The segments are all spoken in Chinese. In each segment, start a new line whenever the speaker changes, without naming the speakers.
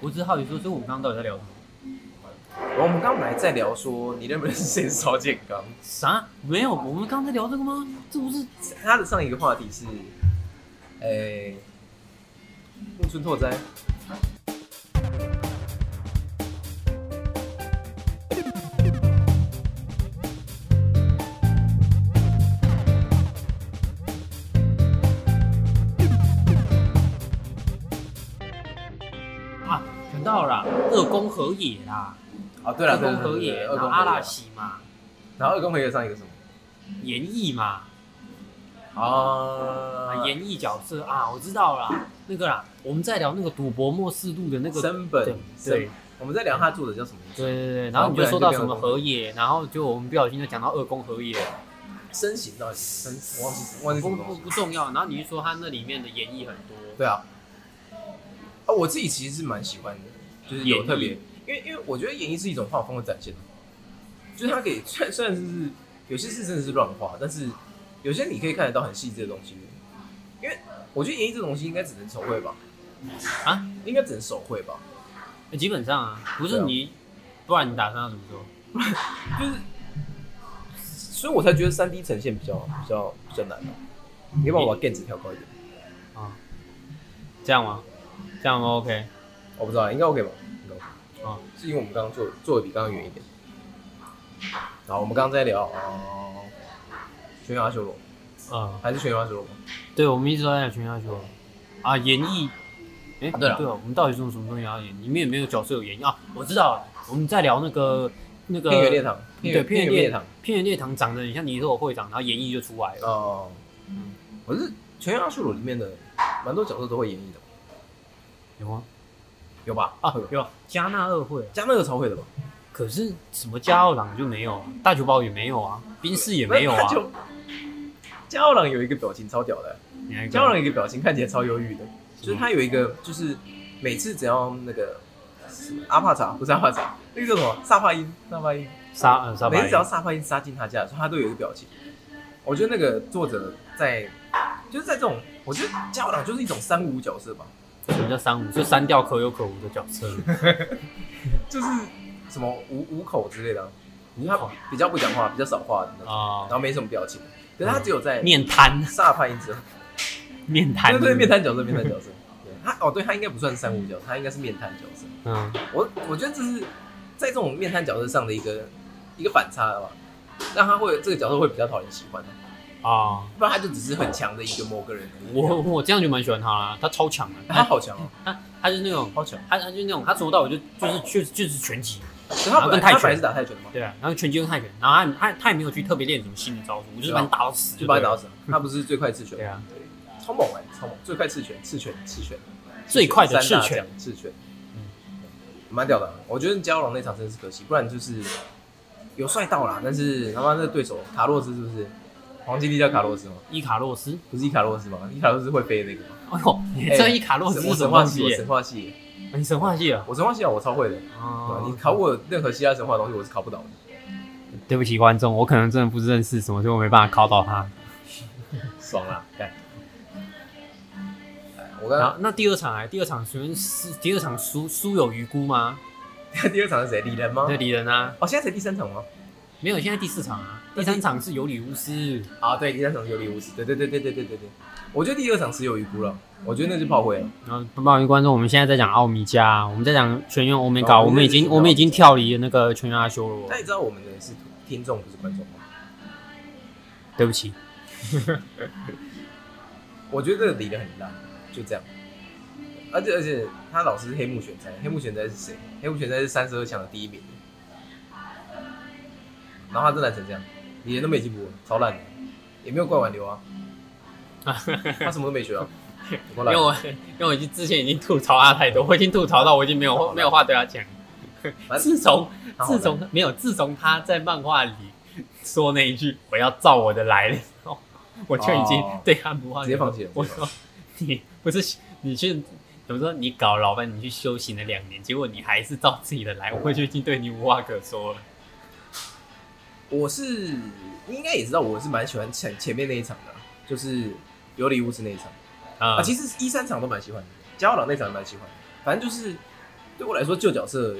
我只是好奇说，所以我们刚刚到底在聊什么？
然后我们刚刚本来在聊说，你认不认识谁是超健康？
啥？没有，我们刚刚在聊这个吗？这不是
他的上一个话题是，诶、木村拓哉。
啊？想到了啦，二宫和也啦，
哦，对
二
了，对
宫
对
和
对
也，
对，
然
二
后
宫
阿拉
和也，啊
西嘛，
然后二宫和也上一个什么？
演绎嘛，
啊
啊，演绎角色啊，我知道啦，那个啦，我们在聊那个赌博末世录的那个，对
升
对
本，
对
对，我们在聊他做的叫什么名字？
对对，然后你就说到什么和也，然后就我们不小心就讲到二宫和也，
身形到底身，我忘记忘记什
不
么
不
东西。
不重要，然后你就说他那里面的演绎很多，
对啊，啊，我自己其实是蛮喜欢的，就是
演
有
绎
特别，因为因为我觉得演绎是一种画风的展现，就是它可以虽虽然是有些是真的是乱画，但是有些你可以看得到很细致的东西，因为我觉得演绎这东西应该只能手绘吧，
啊，
应该只能手绘吧，
基本上啊，不是
对啊
你，不然你打算要怎么做？
就是，所以我才觉得三 D 呈现比较比较比较难、啊，你要不要把 gain 值调高一点？
啊，这样吗？这样 OK
我不知道，应该 OK 吧？应该 OK。
啊，
是因为我们刚刚坐坐的比刚刚远一点。然后我们刚刚在聊哦，悬崖修罗
嗯，
还是悬崖修罗吗？
对，我们一直都在讲群下球啊，演绎，哎、
啊对了
对了，我们到底用什么东西啊要演？里面有没有角色有演绎啊？我知道了，我们在聊那个那个
片源猎堂，
呃对片
源
源
猎
猎
堂。
片源猎堂长得很像尼特会长，然后演绎就出来了。
哦，
嗯
可是悬崖修罗里面的蛮多角色都会演绎的，
有吗？
有吧？
啊
会吧，
有加纳二会，
加那个超会的吧？
可是什么加奥朗就没有啊，大久保也没有啊，冰室也没有
那
啊
他。就。加奥朗有一个表情超屌的，
你来看
加奥朗有一个表情看起来超忧郁的，就是
嗯
他有一个就是每次只要那个阿帕查不是阿帕查，那个叫什么萨帕因萨帕因。
沙呃沙巴
每次只要萨帕因杀进他家的时候，他都有一个表情。我觉得那个作者在，就是在这种，我觉得加奥朗就是一种三无角色吧，
什么叫三无？就删掉可有可无的角色。
就是什么五五口之类的啊，
无
他
口
比较不讲话，比较少话的那种，
啊
然，后没什么表情。可是他只有在
面瘫
萨帕因之后，
面瘫，
对对，面瘫角色，面瘫角色。对他哦，对他应该不算三无角色，他应该是面瘫角色。
嗯，
我我觉得这是在这种面瘫角色上的一个一个反差了吧，让他会这个角色会比较讨人喜欢，
啊，
不然他就只是很强的一个某个人而已。
我我这样就蛮喜欢他啦，他超强的，
他
他
好强哦，
他就是那种
好强！
他他就是那种他从头到尾就就是就是就是拳击，
所以他本来
跟泰拳
他本来是打泰拳的吗？
对啊，然后拳击跟泰拳，然后他他他也没有去特别练什么新的招数，我就是把你打到死
就
对
把你
了
打死了。他不是最快刺拳
对
吗，
啊，
超猛哎，超猛！最快刺拳，刺拳，刺拳，
最快的
三大
刺拳
奖，刺拳
嗯，
蛮屌的啊。我觉得蛟龙那场真是可惜，不然就是有帅到啦，但是他妈那对手卡洛斯是不是？黄金地叫卡洛斯吗？
伊卡洛斯，
不是伊卡洛斯吗？伊卡洛斯会飞的那个吗？
哎呦，你这伊卡洛斯
神
是
我
什
神
么
话
东
系，
西
我
耶？
神话系，
啊你神话系啊？
我神话系啊，我超会的。对啊
哦
你考我任何其他神话的东西，我是考不倒的。
对不起观众，我可能真的不认识什么，所以我没办法考到他。
爽啦！干！哎我刚
然
刚
后那第二场哎，第二场请问是第二场输输有余辜吗？
第二场是谁？李仁吗？
对，敌人啊，
哦，现在才第三场吗？
没有，现在第四场啊，第三场是有里乌斯。
啊，对，第三场是有理无耻。对对对对对对对嗯对，我觉得第二场是有余辜了，我觉得那是炮灰了。
然后不好意思，观众，我们现在在讲奥米加，我们在讲全员欧米伽，
哦
我们已经我们已经跳离了那个全员阿修罗
那。你知道我们的是听众不是观众吗？
对不起，
我觉得理的很烂，就这样。而且而且他老师是黑木玄哉，黑木玄哉是谁？黑木玄哉是三十二强的第一名，然后他真的成这样，理人都没进步，超烂的，也没有怪挽留 啊，他什么都没学 啊，过
因
来
为。我因为我已经之前已经吐槽他太多，我已经吐槽到我已经没有没有话对他讲。
反正
自从
他好
自
烂
从没有自从他在漫画里说那一句“我要照我的来”了之后，我就已经
哦
对他不话
直接放弃了
我说你不是你去怎么说？你搞老半你去修行了两年，结果你还是照自己的来，我就已经对你无话可说了。
我是你应该也知道，我是蛮喜欢前前面那一场的啊，就是有理无耻那一场、
啊
啊。其实一三场都蛮喜欢的，骄傲党那场也蛮喜欢的，反正就是对我来说旧角色，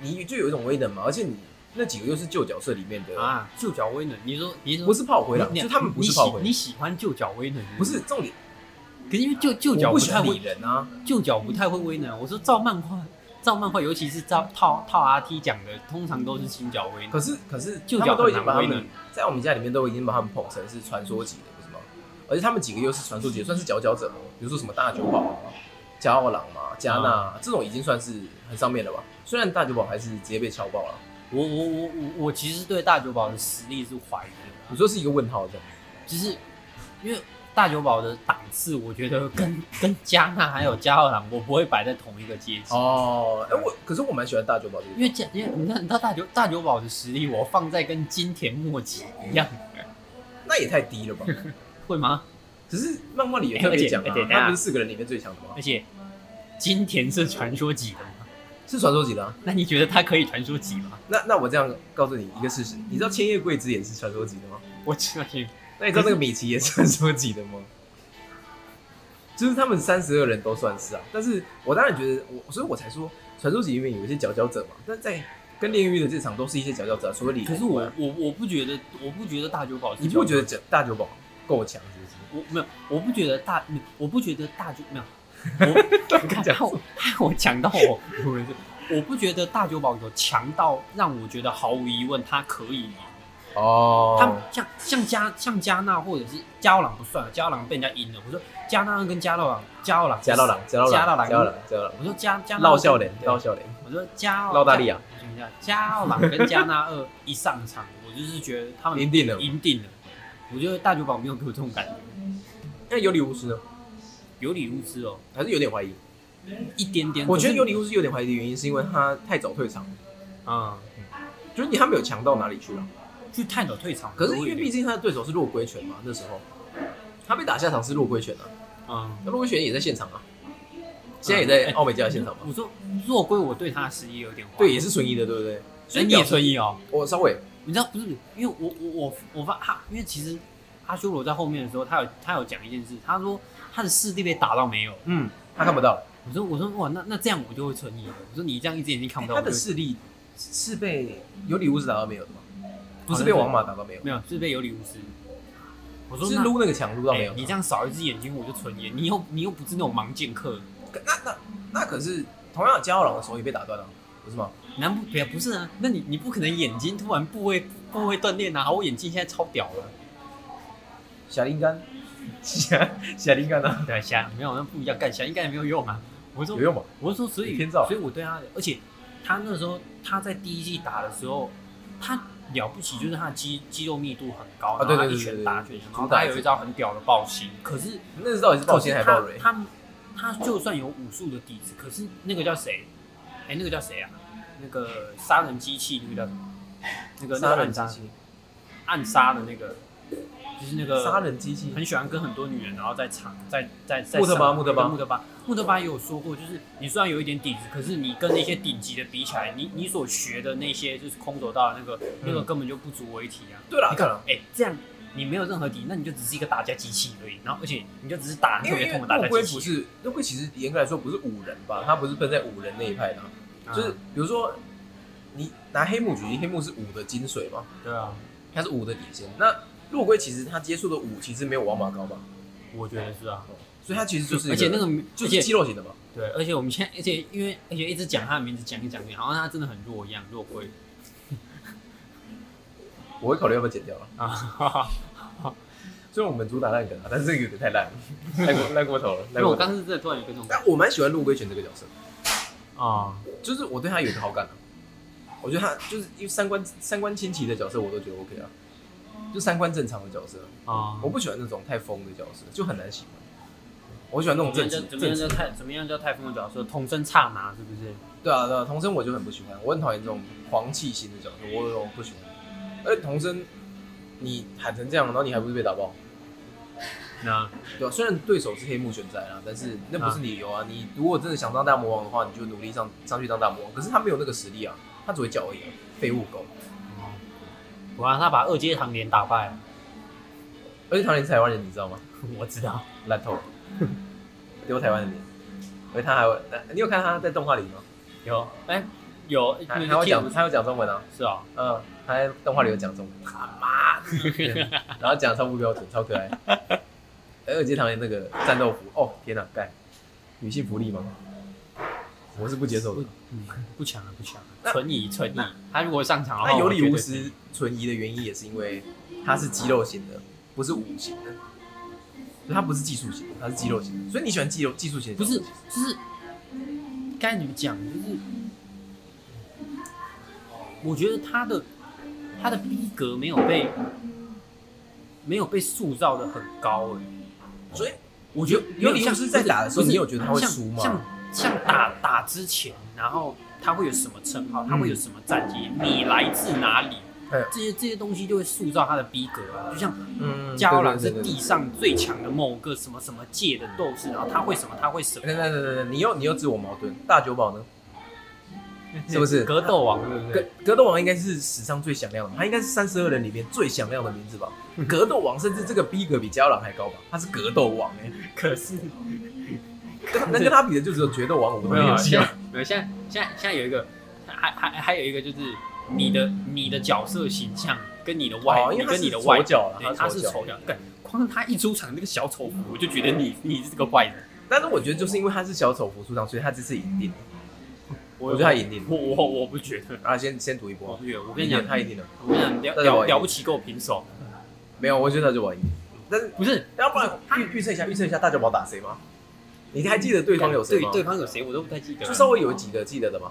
你就有一种威能嘛，而且你那几个又是旧角色里面的，
啊，旧角威能，你说你说
不是炮灰啦，
你
就他们不
你
是
喜
炮灰
你，喜欢旧角威能
不是重点，
可是因为旧旧角
我不喜
太
欢
会
理人啊，
旧角不太会威能。我说照漫画，照漫画，尤其是照套套 RT 讲的，通常都是新角威能，
可是可是
旧
他
角
们都已
很难
经把他
威
们
能。
在我们家里面都已经把他们捧成是传说级的，不是吗？而且他们几个又是传说级的，算是佼佼者哦，比如说什么大久保啊、加奥朗嘛、加纳、啊
嗯
这种已经算是很上面了吧？虽然大久保还是直接被敲爆了，
我我我我我其实对大久保的实力是怀疑的，
你说是一个问号这样。
就是因为大久保的档次，我觉得跟跟加纳还有加奥朗，我不会摆在同一个阶级。
哦，哎、我可是我蛮喜欢大久保这个人
因，为加，因为你知道，你知道大久大久保的实力，我放在跟金田末吉一样，
那也太低了 吧？
会吗？
只是漫画里也特别讲啊
哎而且而，且
他不是四个人里面最强的吗
而？且金田是传说级的吗？
是传说级的、啊。
那你觉得他可以传说级吗？
那那我这样告诉你一个事实，你知道千叶贵子也是传说级的吗？
我知道你
那你知道那个米奇也是传说级的 吗？就是他们三十二人都算是啊，但是我当然觉得我，所以我才说传说级里面有一些佼佼者嘛，但在跟炼狱的这场都是一些佼佼者啊，除了李，
可是我我我不觉得，我不觉得大久保是
你不觉得
佼
这大久保够强是不是？
佼者？我没有，我不觉得大，我不觉得大久没有。我 你看
讲
害我害我讲到我，我不觉得大久保有强到让我觉得毫无疑问他可以赢。
哦
他们像像加像加纳或者是加奥朗不算了，加奥朗被人家赢了。我说加纳跟加奥朗，加奥朗
加到朗，加到朗，
加到
加到
朗
朗，加到朗，加到朗，
我说加加纳
绕笑脸，
对
绕笑脸，
我说加
绕大利啊亚，
我想一下，加奥朗跟加纳二一上场，我就是觉得他们
赢定了
赢定了。我觉得大久保没有给我这种感觉，
那有理无失呢？
有理无失哦，
还是有点怀疑。
一点点。
我觉得有
理，
理无失有点怀疑的原因，是因为他太早退场，
嗯，
就是你他没有强到哪里去啊了。
去探讨退场。
可是因为毕
竟，
竟他的对手是落龟拳嘛，那时候他被打下场是落龟拳啊，
嗯，
那落龟拳也在现场啊，现在也在奥美加的现场 嘛。
我说若归我对他的失忆有点怀疑
对，也，是纯一的，对不对？哎
所以你也存疑哦。
我稍微
你知道不是？因为我我我我发他，因为其实阿修罗在后面的时候，他有他有讲一件事，他说他的视力被打到没有。
嗯，他看不到，
我说我说哇，那那这样我就会存疑了。我说你这样一只眼睛看不到，
哎他
我
的
就
视力是被哦有理无失打到没有的吗？不是被王马打到没有，
没有是被有理无失。我说
是
那
撸那个墙撸到
哎
没有的。
你这样少一只眼睛我就存疑。你又你又不是那种盲剑客，
可那那那可是同样加奥朗的手也被打断了，不是吗？
难不不不是啊？那你你不可能眼睛突然部位部位锻炼啊！我眼睛现在超屌了。
小林干， 小小林干啊，
对，想没有那不一样，干想应该也没有用啊。我说
有用吗？
我是说，所以
你偏照
所以我对他的，而且他那时候他在第一季打的时候，他了不起就是他的肌肌肉密度很高，
啊
然后他
对对对
一
对
拳
对
打
对
拳，
对
然后
主打
他有一招很屌的爆心，可是
那是到底是爆心还是爆
可
蕊
是？他他他就算有武术的底子，可是那个叫谁？哎、那个叫谁啊？那个杀人机器那个叫什么？那个那
杀
个
人
暗
机
杀
器，
暗杀的那个，就是那个
杀人机器，
很喜欢跟很多女人，然后在场在在在
穆特巴
上
穆特巴
穆特巴穆特巴也有说过，就是你虽然有一点底子，可是你跟那些顶级的比起来，你你所学的那些就是空手道的那个、那
嗯
个根本就不足为提啊。
对啦，
你
对
看
啦，，
哎、这样你没有任何底，那你就只是一个打架机器而已。然后而且你就只是打啊
因
特
为
别
因
痛的
为
打
陆
架
龟
机
不
器，
是陆龟，其实严格来说不是五人吧？他不是分在五人那一派的啊、
啊
就是比如说你拿黑幕举例，黑幕是五的精髓嘛，
对啊，
它是五的底线。那陆龟其实他接触的五其实没有王马高嘛，
我觉得是啊。
所以他其实就是一
而且那个
就
而
是
且
肌肉型的嘛。
对，而且我们现在，而且因为而且一直讲他的名字，讲一讲，好像他真的很弱一样，弱龟
我会考虑要不要剪掉了，
啊，哈 哈
虽然我们主打烂梗啊，但是这个有点太烂了， 烂过烂过头了，
因
烂
为我
过头了。
刚是真的突然有一个这种感
但我蛮喜欢陆龟拳这个角色，
觉啊，
就是我对他有一个好感、啊、我觉得他就是因为三观三观清奇的角色，我都觉得 OK 啊，就三观正常的角色，
啊
我不喜欢那种太疯的角色，就很难喜欢。我喜欢那种正直
怎么
正
样
直
叫，泰怎么样叫泰风的角色？童声刹那是不是？
对啊对啊，童声我就很不喜欢，我很讨厌这种狂气型的角色，我我不喜欢。而且童声，你喊成这样，然后你还不是被打爆？
那
对啊，虽然对手是黑幕全在啦，但是那不是理由啊。你如果真的想当大魔王的话，你就努力上上去当大魔王。可是他没有那个实力啊，他只会叫而已、啊，废物狗。
哦，果然他把二阶堂连打败了，
而且唐莲是台湾人，你知道吗？
我知道。
烂透了，丢台湾的脸。而且他还会，你有看他在动画里吗？
有哎有，
还
那
还
个
会
King-
讲，他有讲中文啊，
是哦，
嗯，他在动画里有讲中文，他妈的，然后讲得超不标准，超可 爱。哎而且经常演那个战斗服，哦天哪、干女性福利吗？我是不接受的。
嗯，不强了不强了，
那
存疑存疑。他如果上场的话，
那有
我觉
理无
得
实存疑的原因也是因为它是肌肉型的，不是武型的，就它不是技术型的，它是肌肉型的。所以你喜欢肌肉技术型
不
的？
是，就是该怎么讲，就是我觉得他的他的逼格没有被没有被塑造的很高哎、
所以
我觉得
有
点
理
像
无实在打的时候
不是
你有觉得他会输吗
像像像打打之前，然后他会有什么称号，他会有什么战绩，你来自哪里
嗯，
这些这些东西就会塑造他的逼格啊。就像
嗯
加奥朗
对
是
对对对
地上最强的某个什么什么界的斗士，然后他会什么，他会什么，
等等等等等，你又你又自我矛盾。大久保呢？哎是不是
格斗王对不
格
对？
格斗王应该是史上最响亮的，他应该是三十二人里面最响亮的名字吧？
嗯
格斗王甚至这个逼格比加奥朗还高吧？他是格斗王 哎、
可是
跟他能跟他比的就只有决斗王五
没有，啊
东西
现在没有，现在现在现在有一个，还还还有一个就是你的你的角色形象跟你的外，
哦，
你
因为他
跟你
是
的
丑
外，
角了，
对，他是
丑角。
丑角，对，光他一出场那个小丑服，我就觉得你你是个怪人，
但是我觉得就是因为他是小丑服出场，所以他这次赢定了。
我
我觉得他赢定了。
我我我不觉得，
啊，先先赌一波
我
啊，
不觉得，我
我
跟你讲，
他一定了。
我跟你讲，了
那就
了
我赢
了不起，跟我平手，
没有，我觉得他就玩赢。但是
不是
要不然预预测一下，预测一下大家宝打谁吗？你还记得对方有谁
对
吗？
对方有谁我都不太记得了，
就稍微有几个记得的吗？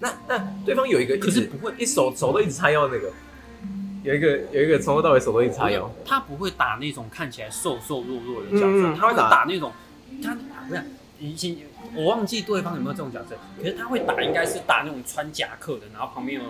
那那对方有一个一直，
可是不会
一手手都一直叉腰的那个，有一个有一个从头到尾手都一直叉腰，
他不会打那种看起来瘦瘦弱弱的角色，
嗯
他会
他会打
打那种他不是以前我忘记对方有没有这种角色，可是他会打应该是打那种穿夹克的，然后旁边有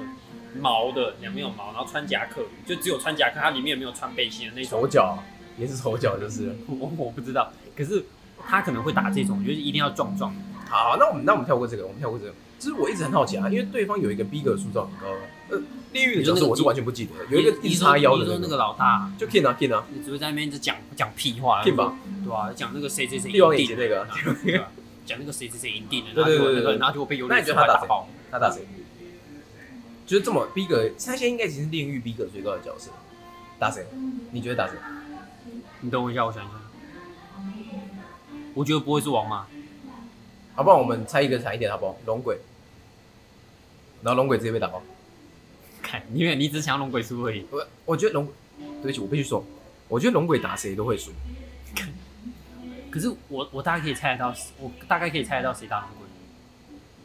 毛的，两边有毛，然后穿夹克，就只有穿夹克，它里面没有穿背心的那种
丑。角也是丑角就是了。
我我不知道，可是他可能会打这种，就是一定要壮壮的。
好，那我们那我们跳过这个，我们跳过这个。就是我一直很好奇啊，因为对方有一个逼格塑造很高，呃，地狱的角
你说那
色
个
我是完全不记得，有一个
你
一直
说
叉腰
你
的
说那个
那个，
老大，
就 King 啊 King 啊
你只会在那边一直讲讲屁话
King 吧，
对啊，讲那个谁谁谁
帝王
赢
眼睛
定
那个啊，
的，对啊 讲那个谁谁谁赢定的，
对
然后
对
就那
对对
个，
对
然后就被有
那
人
你觉
出
得他
来
打
打
谁
爆。
他打谁？就是这么逼格，他现在应该已经是炼狱逼格最高的角色，打谁？你觉得打谁？
你等我一下，我想一下。我觉得不会是王马，
好不好？我们猜一个惨一点好不好？龙鬼，然后龙鬼直接被打爆。
看，因为你只想要龙鬼输而已。
我我觉得龙，对不起，我必须说，我觉得龙鬼打谁都会输。
可是我我大概可以猜得到，我大概可以猜得到谁打龙鬼。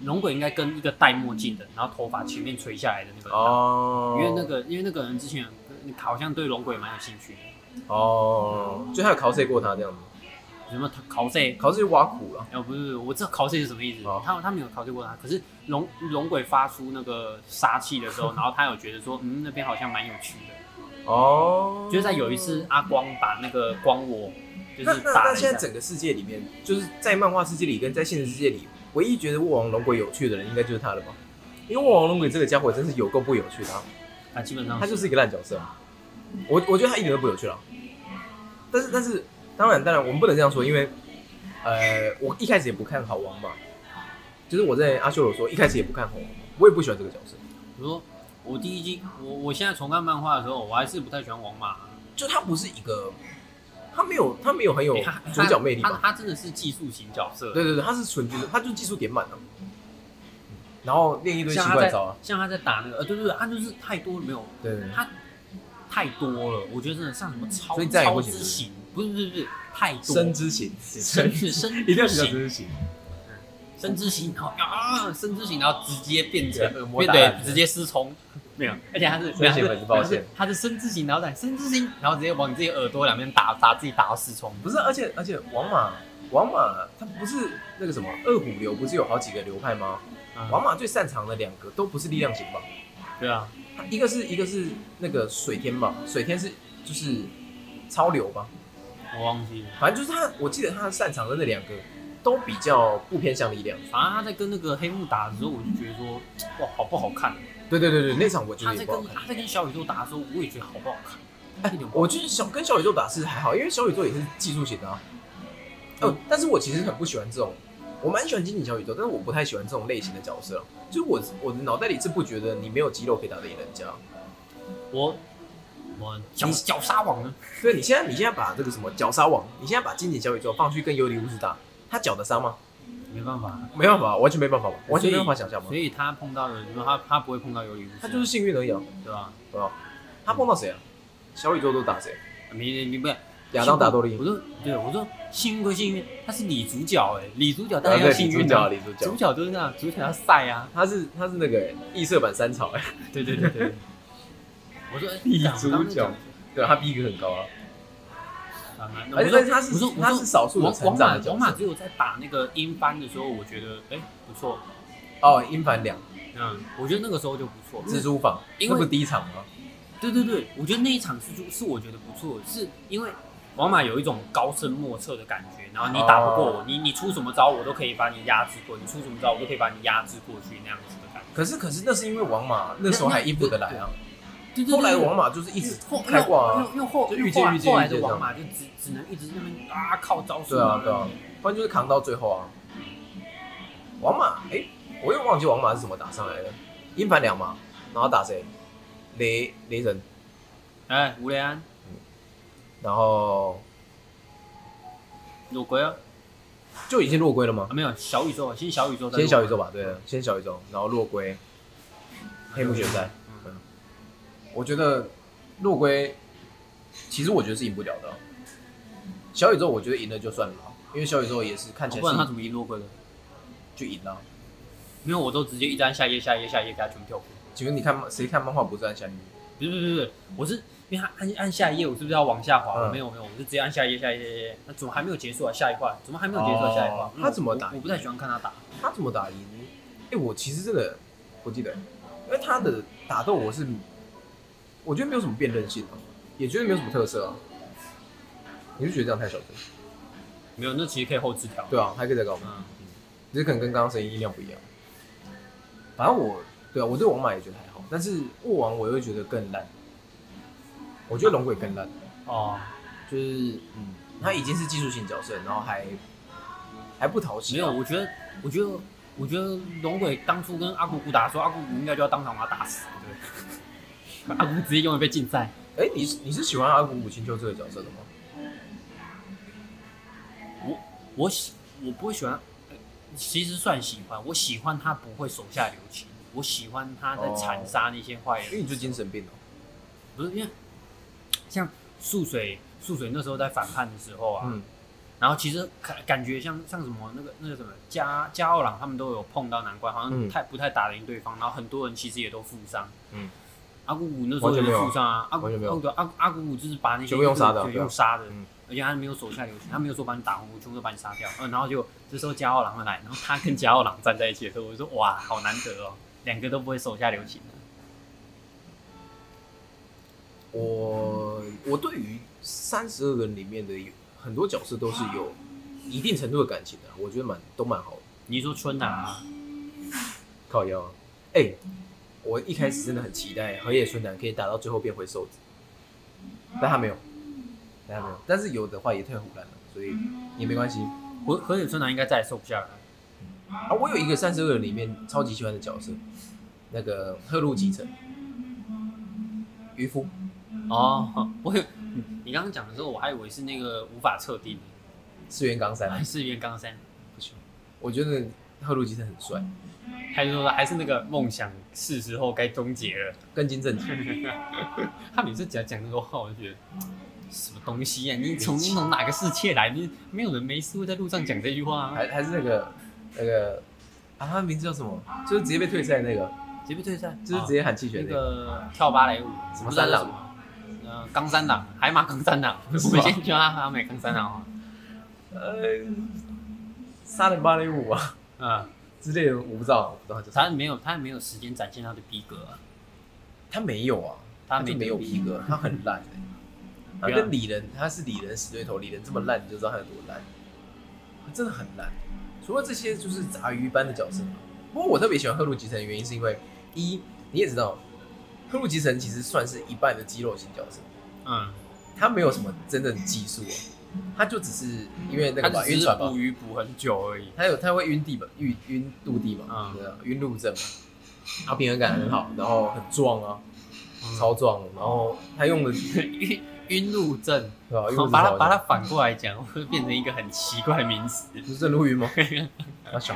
龙鬼应该跟一个戴墨镜的，然后头发前面垂下来的那个人打，
哦
因为那个因为那个人之前好像对龙鬼蛮有兴趣的，
哦，就他有 cos 过他这样子。
什么考赛。
考试就挖苦了。
哎、不是，我知道考试是什么意思。
哦
他他没有考试过他，可是龙龙鬼发出那个杀气的时 候，然后他有觉得说，嗯，那边好像蛮有趣的。
哦
就是在有一次，阿光把那个光我就
那
是
那
打
那
了一下
现在整个世界里面，就是在漫画世界里跟在现实世界里，唯一觉得卧王龙鬼有趣的人，应该就是他了吧？因为卧王龙鬼这个家伙真是有够不有趣的、啊，
啊，基本上
他就是一个烂角
嗯
色啊。我我觉得他一点都不有趣了、但是但是当然当然，我们不能这样说，因为呃，我一开始也不看好王嘛，就是我在阿修罗说一开始也不看好王嘛，我也不喜欢这个角色，
我说我第一季，我我现在重看漫画的时候，我还是不太喜欢王马，
就他不是一个，他没有他没有很有
欸他
主角魅力
他
吧
他？他真的是技术型角色，
对对对，他是纯技术，他就技术点满了、然后练一堆奇
像他
怪
在
招啊。
像他在打那个，呃，对对对，他就是太多了没有，
对对对
他太多了，我觉得真的像什么超
所以这样也
超
不行
之型，不是不是不是太多，
生之行，
深是深
一定要
之
学到生
型，
之行。
深之型，然后啊，深之型，然后直接变成
对恶魔
变
打
对，
烂
直接失聪，没有，而且他是
深型粉丝抱
他
歉，
是他是深之型，然后再深之型，然后直接往你自己耳朵两边打打自己打到失聪，
不是，而且而且王马王马他不是那个什么二虎流，不是有好几个流派吗？
嗯
王马最擅长的两个都不是力量型吧？
对啊，
他一个是一个是那个水天吧，水天是就是超流吧，
我忘记了。
反正就是他，我记得他擅长的那两个都比较不偏向力量。
反正他在跟那个黑木打的时候，我就觉得说，哇，好不好看？
对对对对，那场我觉
他
得
在
也不好
跟
看。
他在跟小宇宙打的时候，我也觉得好
哎
不好看？一点不好
我就是小跟小宇宙打是还好，因为小宇宙也是技术型的、啊，嗯，但是我其实很不喜欢这种，我蛮喜欢惊奇小宇宙，但是我不太喜欢这种类型的角色。就是我我的脑袋里是不觉得你没有肌肉可以打得赢人家。
我我绞绞杀王呢？
对，你现在你现在把这个什么绞杀王，你现在把经典小宇宙放去跟尤里乌斯打，他绞得伤吗？
没办法，
没办法，完全没办法吧，完全没办法想象吗
所？以他碰到了，他他不会碰到尤里乌斯，
他就是幸运而已啊，
对吧？
对吧？他碰到谁啊？小宇宙都打谁？
你你不是
亚当打多利
我，说对，我说幸运归幸运，他是女主角哎，女主角当
啊
然要
对，
幸
女主
运
角啊，
啊，
李主角
主，角就是这样，主角要晒啊，
他是他是那个欸异色版三草哎，
对对对对。 我说
女
哎
主角
我刚刚讲
对，他逼格很高啊，
啊那那我
而且
说
但是他是
我说
他
我
是
说
少数有
王
成
王
长
马
的角
王马
色
只有在打那个英翻的时候，我觉得哎不错，
哦，英凡两
嗯，我觉得那嗯个时候就不错。
蜘蛛坊，
因
那
为
不第一场吗？
对对对，我觉得那一场蜘蛛是我觉得不错的，是因为皇马有一种高深莫测的感觉，然后你打不过我，你你出什么招我都可以把你压制过，你出什么招我都可以把你压制过去那样子的感觉。
可是可是那是因为王马那时候还应付得来啊，
对对对
后来王马就是一直
后
开挂
又
啊，
又又后
就遇见
后来
遇见
后来的
遇见这样
皇马就只只能一直那边啊靠招数
对啊对啊，不然就是扛到最后啊。王马，哎、我又忘记王马是怎么打上来的，英凡两嘛，然后打谁？雷雷神，
哎吴雷安
然后
有鬼啊
就已经落龟了吗
啊？没有小宇宙先小宇宙再
先小宇
落
宙吧，对，先小宇宙，然后落龟，黑幕决赛。
嗯
我觉得落龟，其实我觉得是赢不了的啊。小宇宙我觉得赢了就算了啊，因为小宇宙也是看
哦
起来
不然他
是
怎么赢落鬼的？
就赢了啊。
没有我都直接一张下夜下夜下夜给他全部跳过。
请问你看谁看漫画不是按下音？
不是不是不是，我是因为他按按下一页，我是不是要往下滑？
嗯
没有没有，我是直接按下一页下一页下一页。那怎么还没有结束啊？下一块怎么还没有结束啊？下一块
哦？他怎么打
我我不太喜欢看他打。
他怎么打赢？哎、我其实这个不记得，因为他的打斗我是我觉得没有什么辩论性、啊，也觉得没有什么特色啊。你是觉得这样太小声？
没有，那其实可以后置调。
对啊，还可以再高吗？
嗯，
只是可能跟刚刚声音音量不一样。反正我对啊，我对王马也觉得还好，但是握王我又觉得更烂。我觉得龙鬼更烂，
哦，
就是嗯，他已经是技术型角色，然后还还不讨喜
没
啊、
有，我觉得我觉得我觉得龙鬼当初跟阿古古打的时候，阿古古应该就要当场把他打死。对， 阿古古直接永远被禁赛。
哎、你是你是喜欢阿古母青丘这个角色的吗？
我喜我不会喜欢，呃其实算喜欢，我喜欢他不会手下留情，我喜欢他在
哦
残杀那些坏人
因。为你就精神病了、
不是因为像素水，素水那时候在反叛的时候啊，
嗯，
然后其实感感觉像像什么那个那个什么加加奥朗他们都有碰到难关，好像
嗯
太、不太打得赢对方，然后很多人其实也都负伤。
嗯，
阿古古那时候也
完全没有
负伤啊，阿古
完全没有
阿古阿阿古古就是把那些
全部用杀的
对
对啊
用杀的
嗯，
而且他没有手下留情，他没有说把你打红，我全部都把你杀掉。嗯，然后就这时候加奥朗会来，然后他跟加奥朗站在一起的时候，我就说哇，好难得哦，两个都不会手下留情的。
我我对于三十二人里面的有很多角色都是有一定程度的感情的啊、我觉得蛮都蛮好的。
你说春楠啊，
靠腰啊，哎、我一开始真的很期待河野春男可以打到最后变回瘦子，但他没有，但他没有，但是有的话也太胡乱了，所以也没关系。
河河野春楠应该再也瘦不下来了。
啊，我有一个三十二人里面超级喜欢的角色，那个赫鲁吉城渔夫，
哦， 我有你刚刚讲的时候，我还以为是那个无法测定
四元冈
还
山，
是袁刚山，
我觉得赫鲁吉城很帅，
还是说还是那个梦想是时候该终结了。
跟金正吉。
他每次讲讲那个话，我就觉得什么东西呀、你从你从哪个世界来？你没有人没事会在路上讲这句话、啊，
还还是那个那个啊，他名字叫什么？就是直接被退赛那个，
直接被退赛，
就是直
接、
接喊弃权
那
那个。
个跳芭蕾舞，
什么
不知道
三
叫
郎
什么？呃，冈山郎，海马冈山郎，我们
是吗
先叫他海马冈山郎啊。
呃，杀人芭蕾舞啊
嗯，
之类的，我不知道，我不知道他叫啥。
他没有，他没有时间展现他的逼格、啊，
他没有啊，
他
就
没
没有逼格，他很烂欸 他
原来
跟李仁，他是李仁死对头，李仁这么烂，你就知道他有多烂，他真的很烂。除了这些，就是杂鱼般的角色。不过我特别喜欢赫鲁吉城的原因是因为，一你也知道，赫鲁吉城其实算是一半的肌肉型角色，
嗯，
他没有什么真正的技术、哦，他就只是因为那
他
个吧
只
晕
是
船嘛
捕，鱼捕很久而已。
他有他会晕地嘛，晕晕陆地嘛，
嗯
对啊，晕陆症嘛，他平衡感很好，然后很壮啊，
嗯
超壮，然后他用的
晕 晕路症，
对 吧、啊？
把它把它反过来讲， 会变成一个很奇怪的名词。
不是正路晕吗？
啊
他小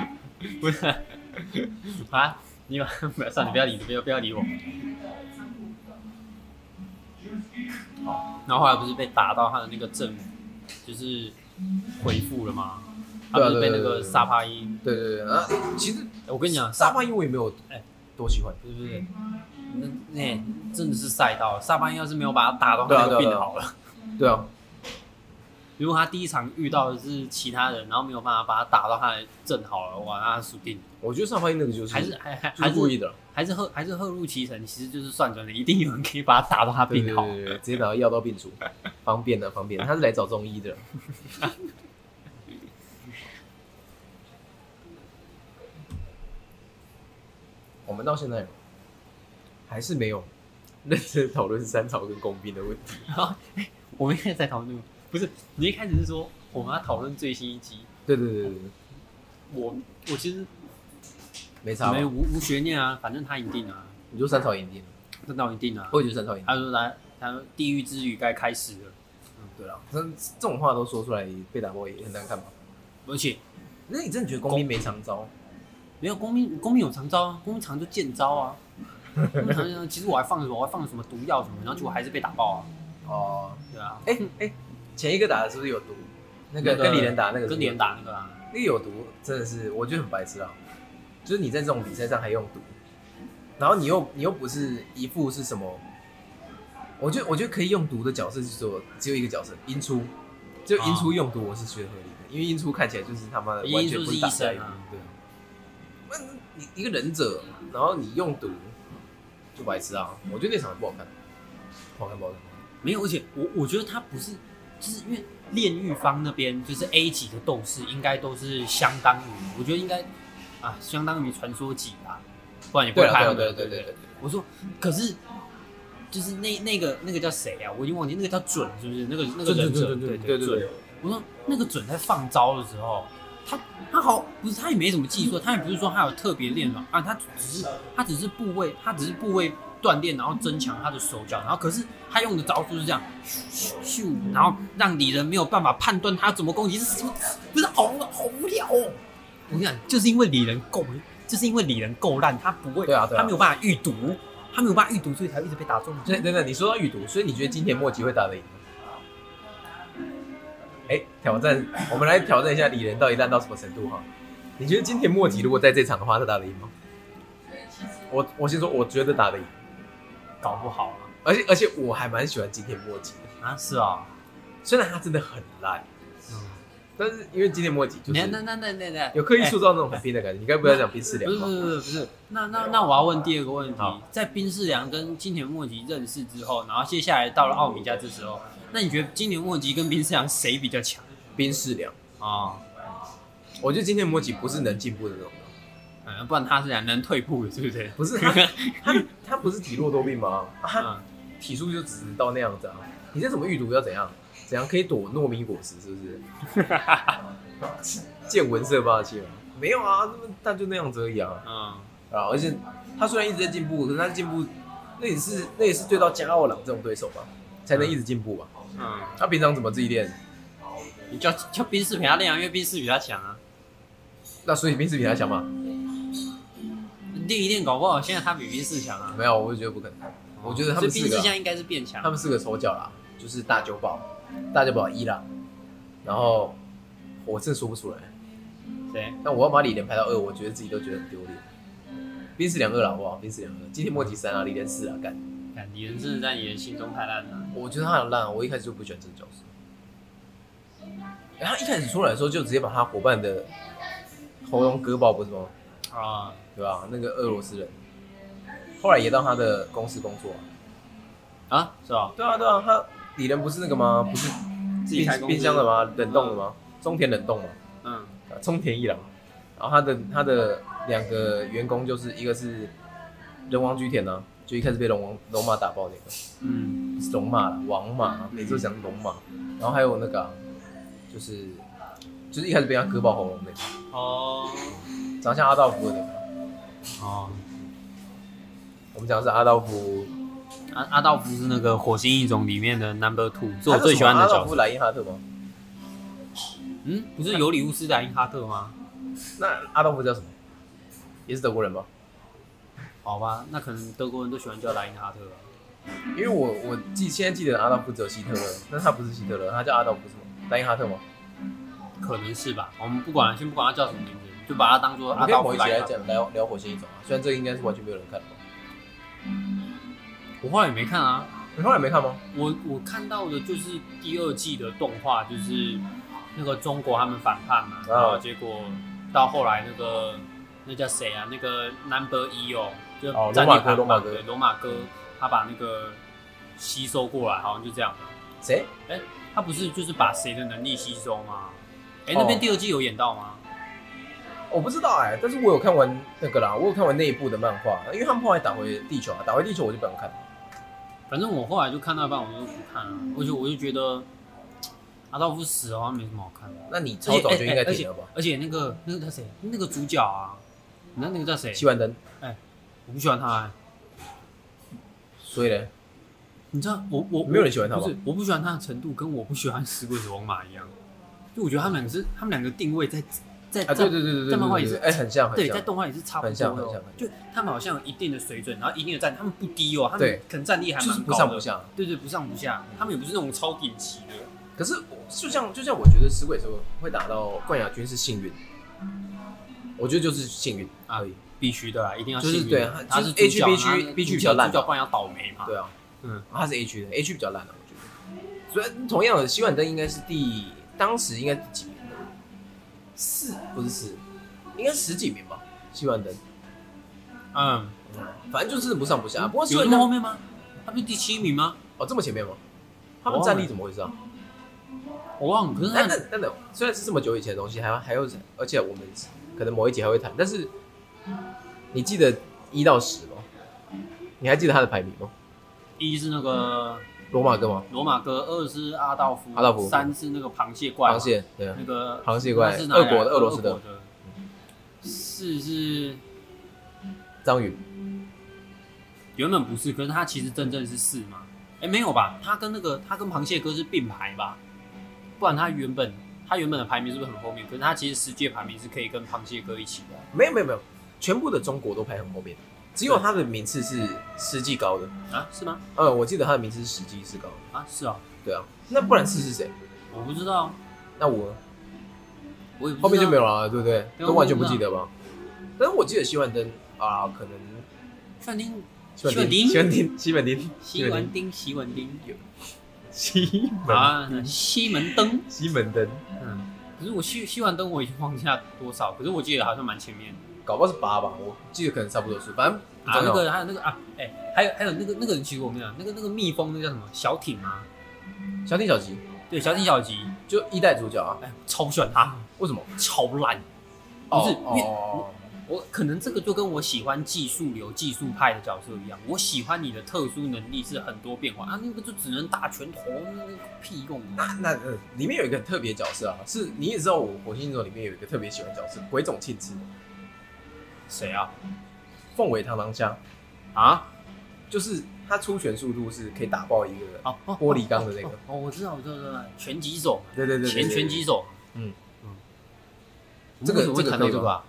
不是 啊，你把不要算了，不要理，不要不要理我。好，然后后来不是被打到他的那个政府就是回复了吗？他
对啊
不是被那
对对
个
对对
萨帕伊，
对对对啊，其实
哎我跟你讲，
沙巴因为我也没有
哎
多喜欢，
不是不是，那那、真的是赛道，萨巴伊要是没有把他打到，
对啊
他就
对啊
病
对啊
好了。
对啊，
如果他第一场遇到的是其他人，然后没有办法把他打到他的正好了，哇，那他输定了。
我觉得沙巴因那个就是
还是还还
就
还
是故意
是
的啦，
还是赫还是赫入其成，其实就是算准了，一定有人可以把他打到他
对
病
对
好。
对对，对直接把他药到 病除，方便的方便，他是来找中医的啦。 我们到现在还是没有认真讨论三朝跟工兵的问题。
然后哎我们一开始在讨论这个，不是你一开始是说我们要讨论最新一集，
对对对对对，
我我其实
没差吧
没？无无悬念啊，反正他一定啊，
你说三朝赢定了，
这倒一定啊。
我也觉得三朝赢定了。
他说来，他说地狱之旅该开始了，嗯
对啊，这这种话都说出来，被打破也很难看吧？
而且
那你真的觉得工兵没长招？
没有公民，公民有常招啊，公民常就见招啊。公民常 其实我还放了，我还放了什么毒药什么，然后结果还是被打爆啊。
哦，
对啊，
哎、哎、前一个打的是不是有毒？那个
那个
跟李仁打那个是不是
跟连打那个啊，
那个有毒，真的是我觉得很白痴啊！就是你在这种比赛上还用毒，然后你又你又不是一副是什么？我觉得我觉得可以用毒的角色就是有只有一个角色，英初，就英初用毒我是觉得合理的，因为英初看起来就是他妈的完
因
全
素
不
是
打
医
架
生
用毒
啊，
对啊，那你一个忍者，然后你用毒就白痴啊！我觉得那场不好看，不好看不好看。
没有，而且我我觉得他不是，就是因为炼狱方那边就是 A 级的斗士，应该都是相当于，我觉得应该啊，相当于传说级啦，不然也不会
对啊
拍他
对啊
们
对啊
对
对啊
不
对啊对啊。
我说，可是就是那那个那个叫谁啊？我已经忘记，那个叫准是不是？那个那个忍者，对
对
准。我说那个准在放招的时候，他他好不是他也没什么技术，他也不是说他有特别练什么啊，他只是他只是部位，他只是部位锻炼，然后增强他的手脚，然后可是他用的招数是这样，咻咻咻，然后让敌人没有办法判断他怎么攻击，是什么？不是好无好无聊哦。我跟你讲，就是因为李仁够，就是因为李仁够烂，他不会，
对啊对啊
他没有办法预读，他没有办法预读，所以才一直被打中。
所以等等，你说到预读，所以你觉得金田莫吉会打得赢吗？哎、挑战，我们来挑战一下李仁到底烂到什么程度哈？你觉得金田莫吉如果在这场的话，他打得赢吗？我我先说，我觉得打得赢，
搞不好
而且而且我还蛮喜欢金田莫吉的，
啊，啊是啊、
虽然他真的很烂，
嗯，
但是因为金田莫吉就
那那
是
那那那那
有刻意塑造那种很拼的感觉。你该哎不要讲冰四
不
良
是不
吧？
是不是不是，那那那我要问第二个问题
好，
在冰士良跟金田莫吉认识之后，然后接下来到了奥米加这时候，那你觉得金田莫吉跟冰士良谁比较强
冰四良，
啊？
我觉得金田莫吉不是能进步的那种人，
嗯，不然他是俩能退步的，是不是？
不 是他他他不是体弱多病吗？啊他
嗯，
体术就只能到那样子啊。你这怎么预读要怎样？怎样可以躲糯米果实？是不是？ 见闻色霸气吗？没有啊，那么但就那样子而已啊。
嗯，
啊，而且他虽然一直在进步，可是他进步那也是那也是对到加奥朗这种对手吧，才能一直进步吧。
嗯，
他平常怎么自己练？
你叫叫冰士陪他练啊，因为冰士比他强啊。
那所以平时比他强吗？
练一练，搞不好现在他比冰士强啊。
没有，我就觉得不可能。我觉得他
所
们
以
四
冰
个
士
啊、
现在应该是变强
他。们四个手脚啦，就是大久保、大久保伊朗，然后我真的说不出来。
谁？
那我要把李连排到二，我觉得自己都觉得很丢脸。冰四两二啦，好不好？冰四两二，今天莫吉三啊，李连四啊，干！
看你人真的在你的心中太烂了。
我觉得他很烂，啊我一开始就不喜欢这个角色。哎他一开始出来的时候就直接把他伙伴的喉咙割爆，不是吗？
啊，
对吧？那个俄罗斯人，后来也到他的公司工作、啊。
啊，是吧？
对啊，对啊，他李连不是那个吗？不是
自己开
冰
公司
冰箱的？吗？冷冻的吗？中田冷冻吗？
嗯，
啊中田一郎，然后他的他的两个员工就是一个是人王居田呢、就一开始被龙王龙马打爆那个，
嗯，
是龙马啦，王马，每次都讲龙马，然后还有那个啊、就是就是一开始被他割爆喉咙那个，
哦
长相阿道夫的那个。
哦，
我们讲的是阿道夫，
阿阿道夫是那个《火星异种》里面的 Number Two，是
他
我
是
最喜欢的
什么阿道
角
夫
色。
莱因哈特吗？
嗯，不是有礼物是莱因哈特吗？
那阿道夫叫什么？也是德国人吧？
好吧，那可能德国人都喜欢叫莱因哈特吧。
因为我我记现在记得阿道夫只有希特勒，但他不是希特勒，他叫阿道夫什么？莱因哈特吗？
可能是吧。我们不管，先不管他叫什么名字，就把他当做
我们
阿
可以
道
某
夫
一集
莱
来
因哈特。
讲聊聊火星一种啊，虽然这个应该是完全没有人看的吧。
我后来也没看啊，
你后来没看吗？
我我看到的就是第二季的动画，就是那个中国他们反叛
啊
嘛，然后结果到后来那个那叫谁啊？那个 Number 一哦，就
哦
战略
罗
反
马哥罗马
叛
哥嗯
对罗马哥，他把那个吸收过来，好像就这样。
谁？
他不是就是把谁的能力吸收吗？哎、
嗯哦
那边第二季有演到吗？
我不知道哎、但是我有看完那个啦，我有看完那一部的漫画，因为他们后来打回地球啊，打回地球我就不想看了。
反正我后来就看到一半，我就不看了，而且我就觉得阿道夫死好像没什么好看的。
那你超早就应该停了吧？
哎而且那个那个叫谁？那个主角啊，你知道那个叫谁？
七万灯，
我不喜欢他、欸。
所以呢，
你知道我我
没有人喜欢他吧
不是，我不喜欢他的程度跟我不喜欢死鬼子王马一样，就我觉得他们两个是他们两个定位在在
啊，
在
对对对对对，
在漫画也
对
是
对对哎，很像很
对
像
在，动画也是差不多的
很像很
哦
像很，像
就他们好像有一定的水准，然后一定的战，他们不低哦，他们
对
可能战力还
就是
蛮
不上
高
不
的，
下。
对对，不上不下，他们也不是那种超顶级的，
可是我就像就像我觉得死鬼蛇会打到冠亚军是幸运，我觉得就是幸运
啊
而已。
必须的啦，啊一定要
就是
幸运
对
的
他
他
就是
主角
是 A
然后
区 B 区
B
比较烂
主角不然要倒霉嘛，
对啊，
嗯，
他是 A 区的，A 区比较烂的，我觉得。所以同样的，希万灯应该是第当时应该是几名的？四不是四，应该十几名吧？希万灯，
嗯，
嗯反正就是不上不下。不过希
有
万
那么后
灯
面吗？他不是第七名吗？
哦这么前面吗？他们战力怎么回事啊？
我忘了，可是
哎，
他
等等等，虽然是这么久以前的东西，还还有，而且我们可能某一集还会谈，但是你记得一到十吗？你还记得他的排名吗？
一是那个
罗马哥吗？
罗马哥，二是阿道夫，
阿道夫
三是那个螃蟹怪嘛，
螃蟹，对啊，
那个
螃蟹怪
那是哪里来哦
俄国的俄罗斯的
俄国四是
章鱼，
原本不是，可是他其实真正是四嘛？哎、没有吧？他跟那个他跟螃蟹哥是并排吧？不然他原本他原本的排名是不是很后面？可是他其实实际的排名是可以跟螃蟹哥一起的
没有没有没有，全部的中国都排很后面，只有他的名次是实际高的。
啊？是吗？
嗯，我记得他的名次是实际是高的，
啊，是哦，
对啊。那不然四是谁？
我不知道，
那我
我也不知道
后面就没有了，啊对不对？
对
都完全不记得吧？但是我记得希万灯啊，可能
范丁
希万丁，
希
希
万
万 丁，希万丁，
西门丁西门丁
西门
啊，西门灯。
西门灯，
嗯，可是我吸吸完灯，我已经忘记它多少，可是我记得好像蛮前面的
搞不好是八吧，我记得可能差不多是，反正不
啊，
重
那
要
个还有那个啊，哎、还有还有那个那个，其实我们讲那个那个蜜蜂，那叫什么小艇啊？
小丁小吉
对，小艇小吉，
就一代主角啊，
哎、超不喜欢他，
为什么？
超烂。不是，因为
哦
我可能这个就跟我喜欢技术流、技术派的角色一样，我喜欢你的特殊能力是很多变化啊，那个就只能打拳头，那个屁用啊。
那那呃里面有一个很特别角色啊，是你也知道，我《火星星座》里面有一个特别喜欢的角色，鬼冢庆次，
谁啊？
凤尾螳螂虾，
啊？
就是他出拳速度是可以打爆一个人。
哦哦，
玻璃缸的那个
哦，哦，我知道，我知道，我知道，拳击手，
对对对对，
前
对
拳击手。
嗯
嗯，
这个
我们为什么会谈到
这
这
个可以
个啊？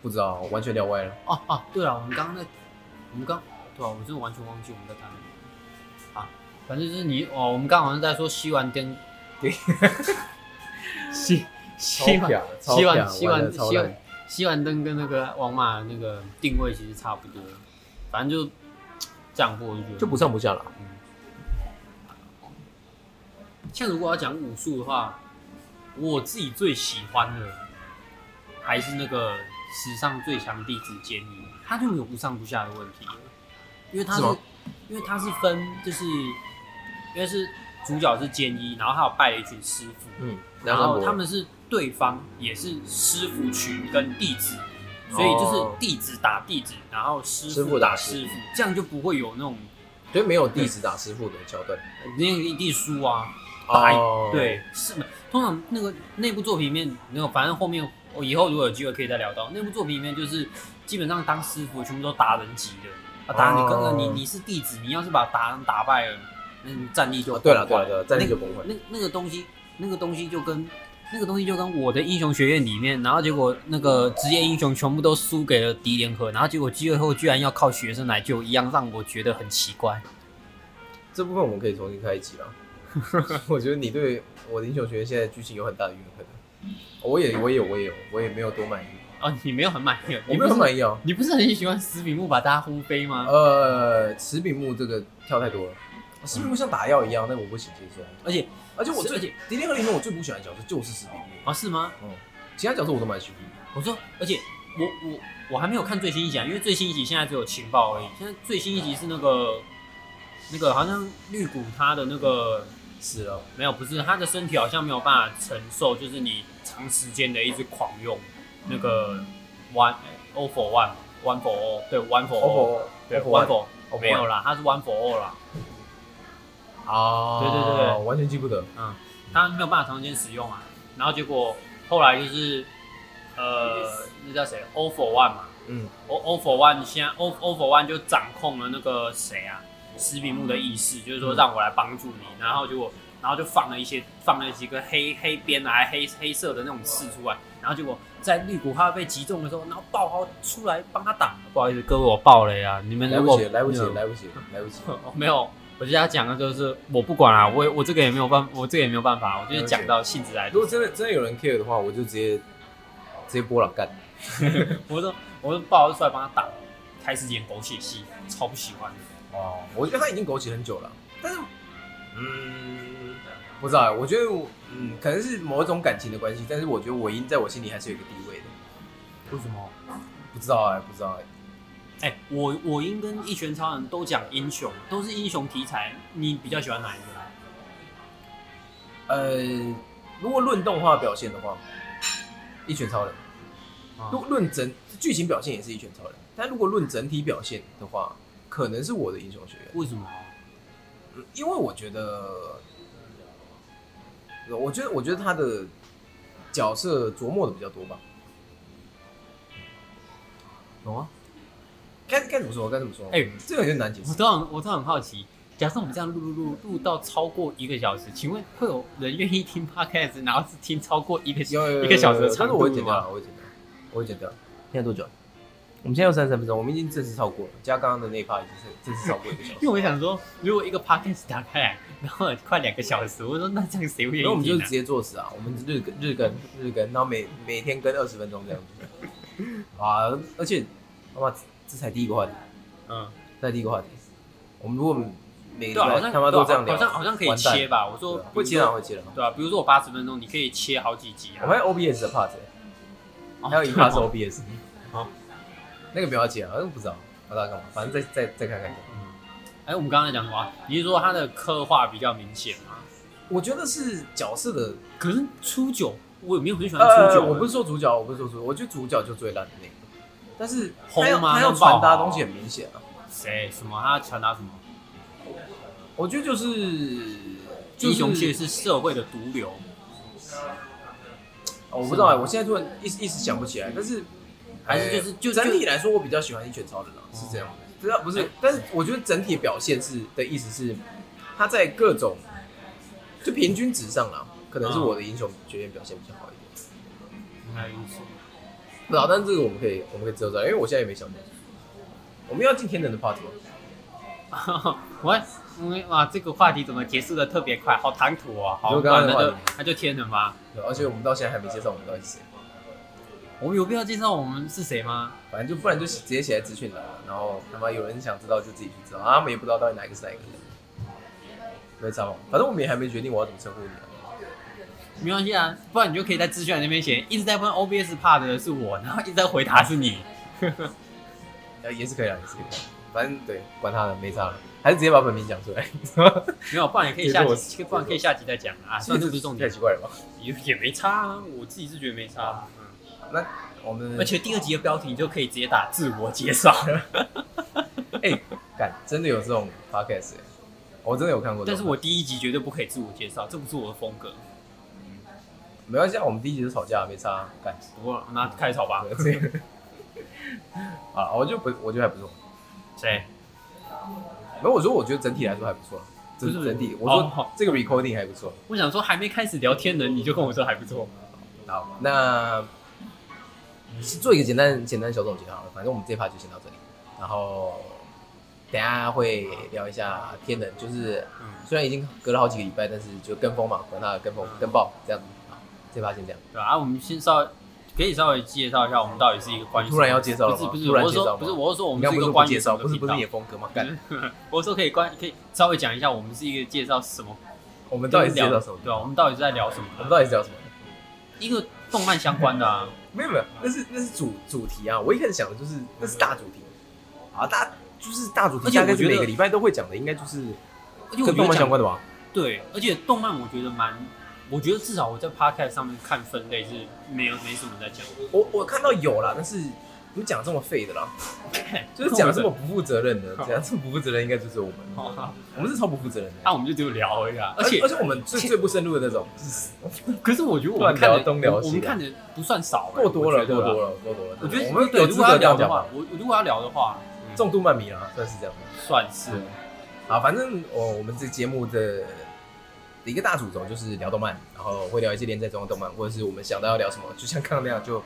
不知道，完全聊歪了。
哦哦，对了，我们刚刚在，我们刚对啊，我真的完全忘记我们在谈什么啊。反正就是你哦，我们刚好像在说吸完灯，对，吸吸完
超
吸完
屌
吸
玩得
完
超
吸完
烂，
吸完灯跟那个王马那个定位其实差不多，反正就这样播，我就觉得
就不上不下了。
像如果要讲武术的话，我自己最喜欢的还是那个史上最强弟子坚一，他就没有不上不下的问题了，因为他是
是吗
因为他是分就是因为是主角是坚一，然后他有拜了一群师傅，
嗯，
然后他
梁山伯
们是对方也是师傅群跟弟子，所以
哦
就是弟子打弟子，然后师
师
傅
傅
打
打
师
师
傅，这样就不会有那种呃
所以没有弟子打师傅的桥段。
那个一定输啊。打赢
哦，
对，是嘛通常那个内部作品里面，那个反正后面我以后如果有机会可以再聊到内部作品里面，就是基本上当师傅全部都达人级的啊，达人你跟
哦
了你你是弟子，你要是把达人打败了，嗯，战力就
哦对了对了
崩
对
坏
了，战力就崩溃。
那那个东西，那个东西就跟那个东西就跟我的英雄学院里面，然后结果那个职业英雄全部都输给了敌联合，然后结果最后居然要靠学生来救，一样让我觉得很奇怪。
这部分我们可以重新开一集 了。我觉得你对我的英雄学院现在剧情有很大的怨恨。我也我也我也有我也没有多满意，
哦，你没有很满意哦，你
我没
不
有
是
很满意哦。
你不是很喜欢石柄木把大家轰飞吗？
呃，石柄木这个跳太多了，石柄木像打药一样，但我不行接受。
而且
而且我
是
最
而且
迪丽和里面我最不喜欢的角色就是石柄木，
啊是吗？
嗯，其他角色我都蛮喜欢。
我说，而且我我我还没有看最新一集啊，因为最新一集现在只有情报而已。现在最新一集是那个那个好像绿谷他的那个
死了，
没有，不是他的身体好像没有办法承受，就是你长时间的一直狂用那个 one o for one one for all 对 one for all
哦
对 one
one
for 没有啦，他是 one for all 啦，
啊，
对对对对
完全记不得。
他没有办法长时间使用啊。然后结果后来就是呃那叫谁 o for one 嘛
嗯，
o o for one 现在 o o for one 就掌控了那个谁啊石比木的意识，就是说让我来帮助你，然后结果然后就放了一些放了几个黑黑边啊黑黑色的那种刺出来，然后结果在绿谷他被击中的时候，然后爆豪出来帮他挡，不好意思各位我爆了呀，你们
来
如
不
果
及了，来不及了，
嗯
来不及了，来不及了。
哦没有。我觉得他讲的就是我不管啊，我也我这个也没有办，我这个也没有办法，我就是讲到性质来。
如果真的真的有人 care 的话，我就直接直接波浪干。
我说我说爆豪出来帮他挡，开始演狗血戏，超不喜欢的。
哦，我觉得他已经枸杞很久了，但是，嗯，不知道欸，我觉得我，嗯，可能是某一种感情的关系，但是我觉得我音在我心里还是有一个地位的，
为什么？
不知道哎、不知道哎、
哎、我我英跟一拳超人都讲英雄，都是英雄题材，你比较喜欢哪一个？啊
呃，如果论动画表现的话，一拳超人；如
啊
果论整剧情表现也是一拳超人，但如果论整体表现的话，可能是我的英雄学院，
为什么？
嗯因为我觉得，我觉得我觉得他的角色琢磨的比较多吧。
有啊！
该该怎么说？该怎么说？
哎、
这个有点难解
我
释。
都很我都很好奇，假设我们这样录录录录到超过一个小时，请问会有人愿意听 podcast，然后是听超过一个小
有有有有有
一个小时的
但
长
是
度
我会剪掉
吗？
了，我会剪掉，我会剪掉。现在多久？我们现在有三十分钟，我们已经正式超过了，加刚刚的那一趴已经是正式超过一个小
因为
时。
我想说，如果一个 podcast 打开来，然后快两个小时，我说那这样谁会愿
然后我
意听、
们就
啊
是直？接做死啊，我们日更日更日更，然后每每天更二十分钟这样子。 啊，而且，他妈这才第一个话题，
嗯，
这才第一个话题。我们如果每
对啊，好
个
像
他妈都这样
对
聊，
啊好像好像可以
完蛋
切吧？我说
对啊会切啊，会切啊。
对啊，比如说我八十分钟，你可以切好几集啊。
我还有 OBS 的 part，欸
哦
还有一
对哦
part 是 OBS。
哦
那个不要剪啊，那个不知道，不知道干嘛，反正再再再看看。
哎、我们刚才讲什么啊？你是说他的刻画比较明显吗？
我觉得是角色的，
可是初九，我也没有很喜欢初
呃，
九、
我不
是
是说主角，我不是说主角，我觉得主角就最烂的那个，但是
红
他要
吗
他要
那爆
传
好
达的东西很明显啊。
谁什么，他传达什么？
我觉得就是
英雄
就
界是
是
社会的毒瘤。
哦我不知道哎，我现在突然一时一时想不起来，但是
还
哎
是就是就
整体来说，我比较喜欢一拳超人啊，是这样的。知道不是
哎，
但是我觉得整体表现是的意思是，他在各种就平均值上啦，可能是
嗯
我的英雄学院表现比较好一点。
原来如 此。
不知道，但是这个我们可以，我们可以之后再聊，因为我现在也没想到。我们要进天能的 part 吗？
我我哇，这个话题怎么结束的特别快，好唐突哦。好，
就刚刚
那就
的话题
那就天人吧。
对而且我们到现在还没介绍我们到底是谁，
我们有必要介绍我们是谁吗？
反正就不然就直接写在资讯栏了，然后他妈有人想知道就自己去知道，啊，他们也不知道到底哪一个是哪一个人，没差吧？反正我们也还没决定我要怎么称呼你、啊。
没关系啊，不然你就可以在资讯栏那边写，一直在问 OBS 怕的是我，然后一直在回答是你。
呃，也是可以啊，也是可以啊，反正对，管他的，没差了，还是直接把本名讲出来，
没有，不然也可以下
这个我
集，不然可以下集再讲啊。算了，这不是 重
太
点，
奇怪了吧？
也也没差啊，我自己是觉得没差啊。嗯
那我们
而且第二集的标题你就可以直接打自我介绍。
哎，干、真的有这种 podcast，、欸、我真的有看过这
但
种。
是我第一集绝对不可以自我介绍，这不是我的风格。
没关系，啊，我们第一集就吵架，没差啊，干
不过那开始吵吧。
这 个啊，我就不，我觉得还不错。
谁？
没有，我说我觉得整体来说还不错，整
不是
整体，我
哦
说
好
这个 recording 还不错。
我想说还没开始聊天呢，你就跟我说还不错。
好，那做一个简单简单小总结好了，反正我们这一趴就先到这里，然后等一下会聊一下天能，就是
嗯，
虽然已经隔了好几个礼拜，但是就跟风嘛，管它跟风跟爆这样子。好，这趴先这样。
对啊，我们先稍微可以稍微介绍一下我们到底是一个关于
突然要介绍了吗
不是不是，
突然
我是
介绍吗
说不是，我是说我
你
们
刚
是一个
不是说不
关于
介绍，
什么
不
的
是不是嗯
频
你的
道
风格吗？干，
我说可以关可以稍微讲一下我们是一个介绍什么，我
我们到底是介绍什么？
对啊，我们到底是在聊什么
我
的？
们到底是聊什么？
一个动漫相关的啊，
没有没有，那是那是主主题啊！我一开始想的就是那是大主题啊，大就是大主
而
题，
且
大
我
概
觉
是
得
每个礼拜都会讲的，应该就是
而且我觉
跟动
得
漫相
讲
关的吧？
对，而且动漫我觉得蛮，我觉得至少我在 podcast 上面看分类是没有没什么在讲，
我我看到有啦，但是你讲这么废的啦，就是讲这么不负责任的，
好
讲这么不负责任，应该就是我们，
好好
我们是超不负责任
那
的。
我们就只有聊而已啊，而
而
且
而且我们最最不深入的那种，就是
可是我觉得我们看
乱聊东聊
的
西啊
我们看的不算少、欸，
够多了，
我觉
够
得啊
多。了，够多了。
我觉
真
得
的我们
对，
有
如
资
果要
格这
聊
样
的
讲
话
吧，，
我如果要聊的话，嗯
重度漫迷啦，算是这样。
算是
好，反正哦我我们这节目的呃的一个大主轴就是聊动漫，然后会聊一些连载中的动漫，或者是我们想到要聊什么，就像刚刚那样，就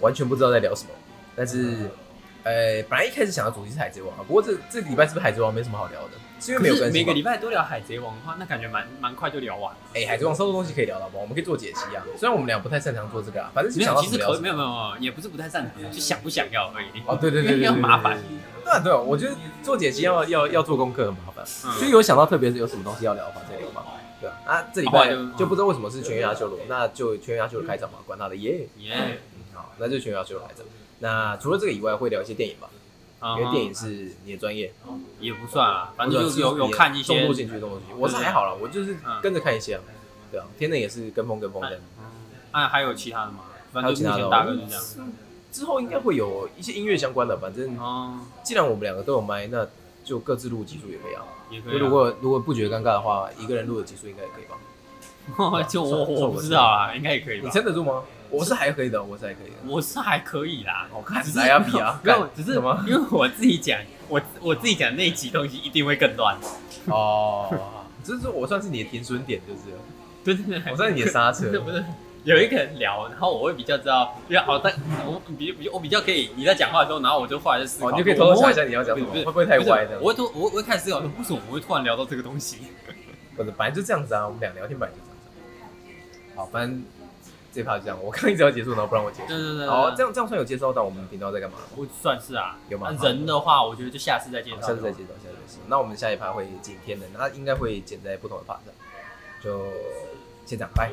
完全不知道在聊什么。但是，呃，本来一开始想的主题是海贼王啊，不过这这个礼拜是不是海贼王没什么好聊的？是因为
可
没有
是
更
每
新
个
吗
礼？拜都聊海贼王的话，那感觉蛮蛮快就聊完。
哎、海贼王超多东西可以聊到吧？我们可以做解析啊。虽然我们俩不太擅长做这个啊，反正就
没
想
有，
到
其
什么
实
聊
可
什
以
么。
没有没有没有，也不是不太擅长，就想不想要而已。
哦，对对对对
因为
对，
要麻烦
对。对对对对，我觉得做解析要要要做功课很麻烦，
嗯
所以有想到特别是有什么东西要聊的话再聊吧。对啊，啊，这礼
好啊
拜
就
就不知道为什么是全员阿修罗，那就全员阿修罗开场嘛，管他的耶。
耶，
嗯好，那就全员阿修罗开场。那除了这个以外，会聊一些电影吧，因为电影是你的专业，
哦也不算啊，反正
或者
就是有有
你的
看一
重
些
度。兴趣，重度兴趣。我是还好啦，我就是
嗯哎
跟着看一些啊。对啊，天能也是跟风跟风的。
啊，还有其他的吗？反
还有
正
其
就目
他的
前
哦
大概就这样。
之后应该会有一些音乐相关的，反正
哦，
既然我们两个都有麦，那就各自录集数也可以啊。
也可
所以
以
如
啊。
果如果不觉得尴尬的话，一个人录的集数应该也可以吧？
就我我不知道啊，应该也可以吧
你。撑得住吗？我是还可以的，我是还可以的。
我是还可以啦，
我看
只
是
是
来呀比 啊，
没有
干，
只是
什么？
因为我自己讲，我我自己讲那集东西一定会更 乱。
哦，就是我算是你的停损点，就是了
对对对，
我算是你的刹车
不。是不是，有一个人聊，然后我会比较知道，因为哦，但我比比我比较可以，你在讲话的时候，然后我就后来在思考，
哦，你就可以偷偷想一下你要
我
讲什
们
么，
会，
会不会太歪
的？
的？
我会突我我会开始思考说，为什么我会突然聊到这个东西？
不是，本来就这样子啊，我们俩聊天本来就这样子啊。好，反正这趴就这样。我刚一直要结束，然后不让我结束。
对对对，
好，这
样
样这样算有介绍到我们频道在干嘛了吗？
我算是啊。
有吗
那？人的话，我觉得就下次再介绍
好
吧，
下次再介绍，下次再介绍。那我们下一趴会进天能，那应该会剪在不同的 part 上，就先这样，拜。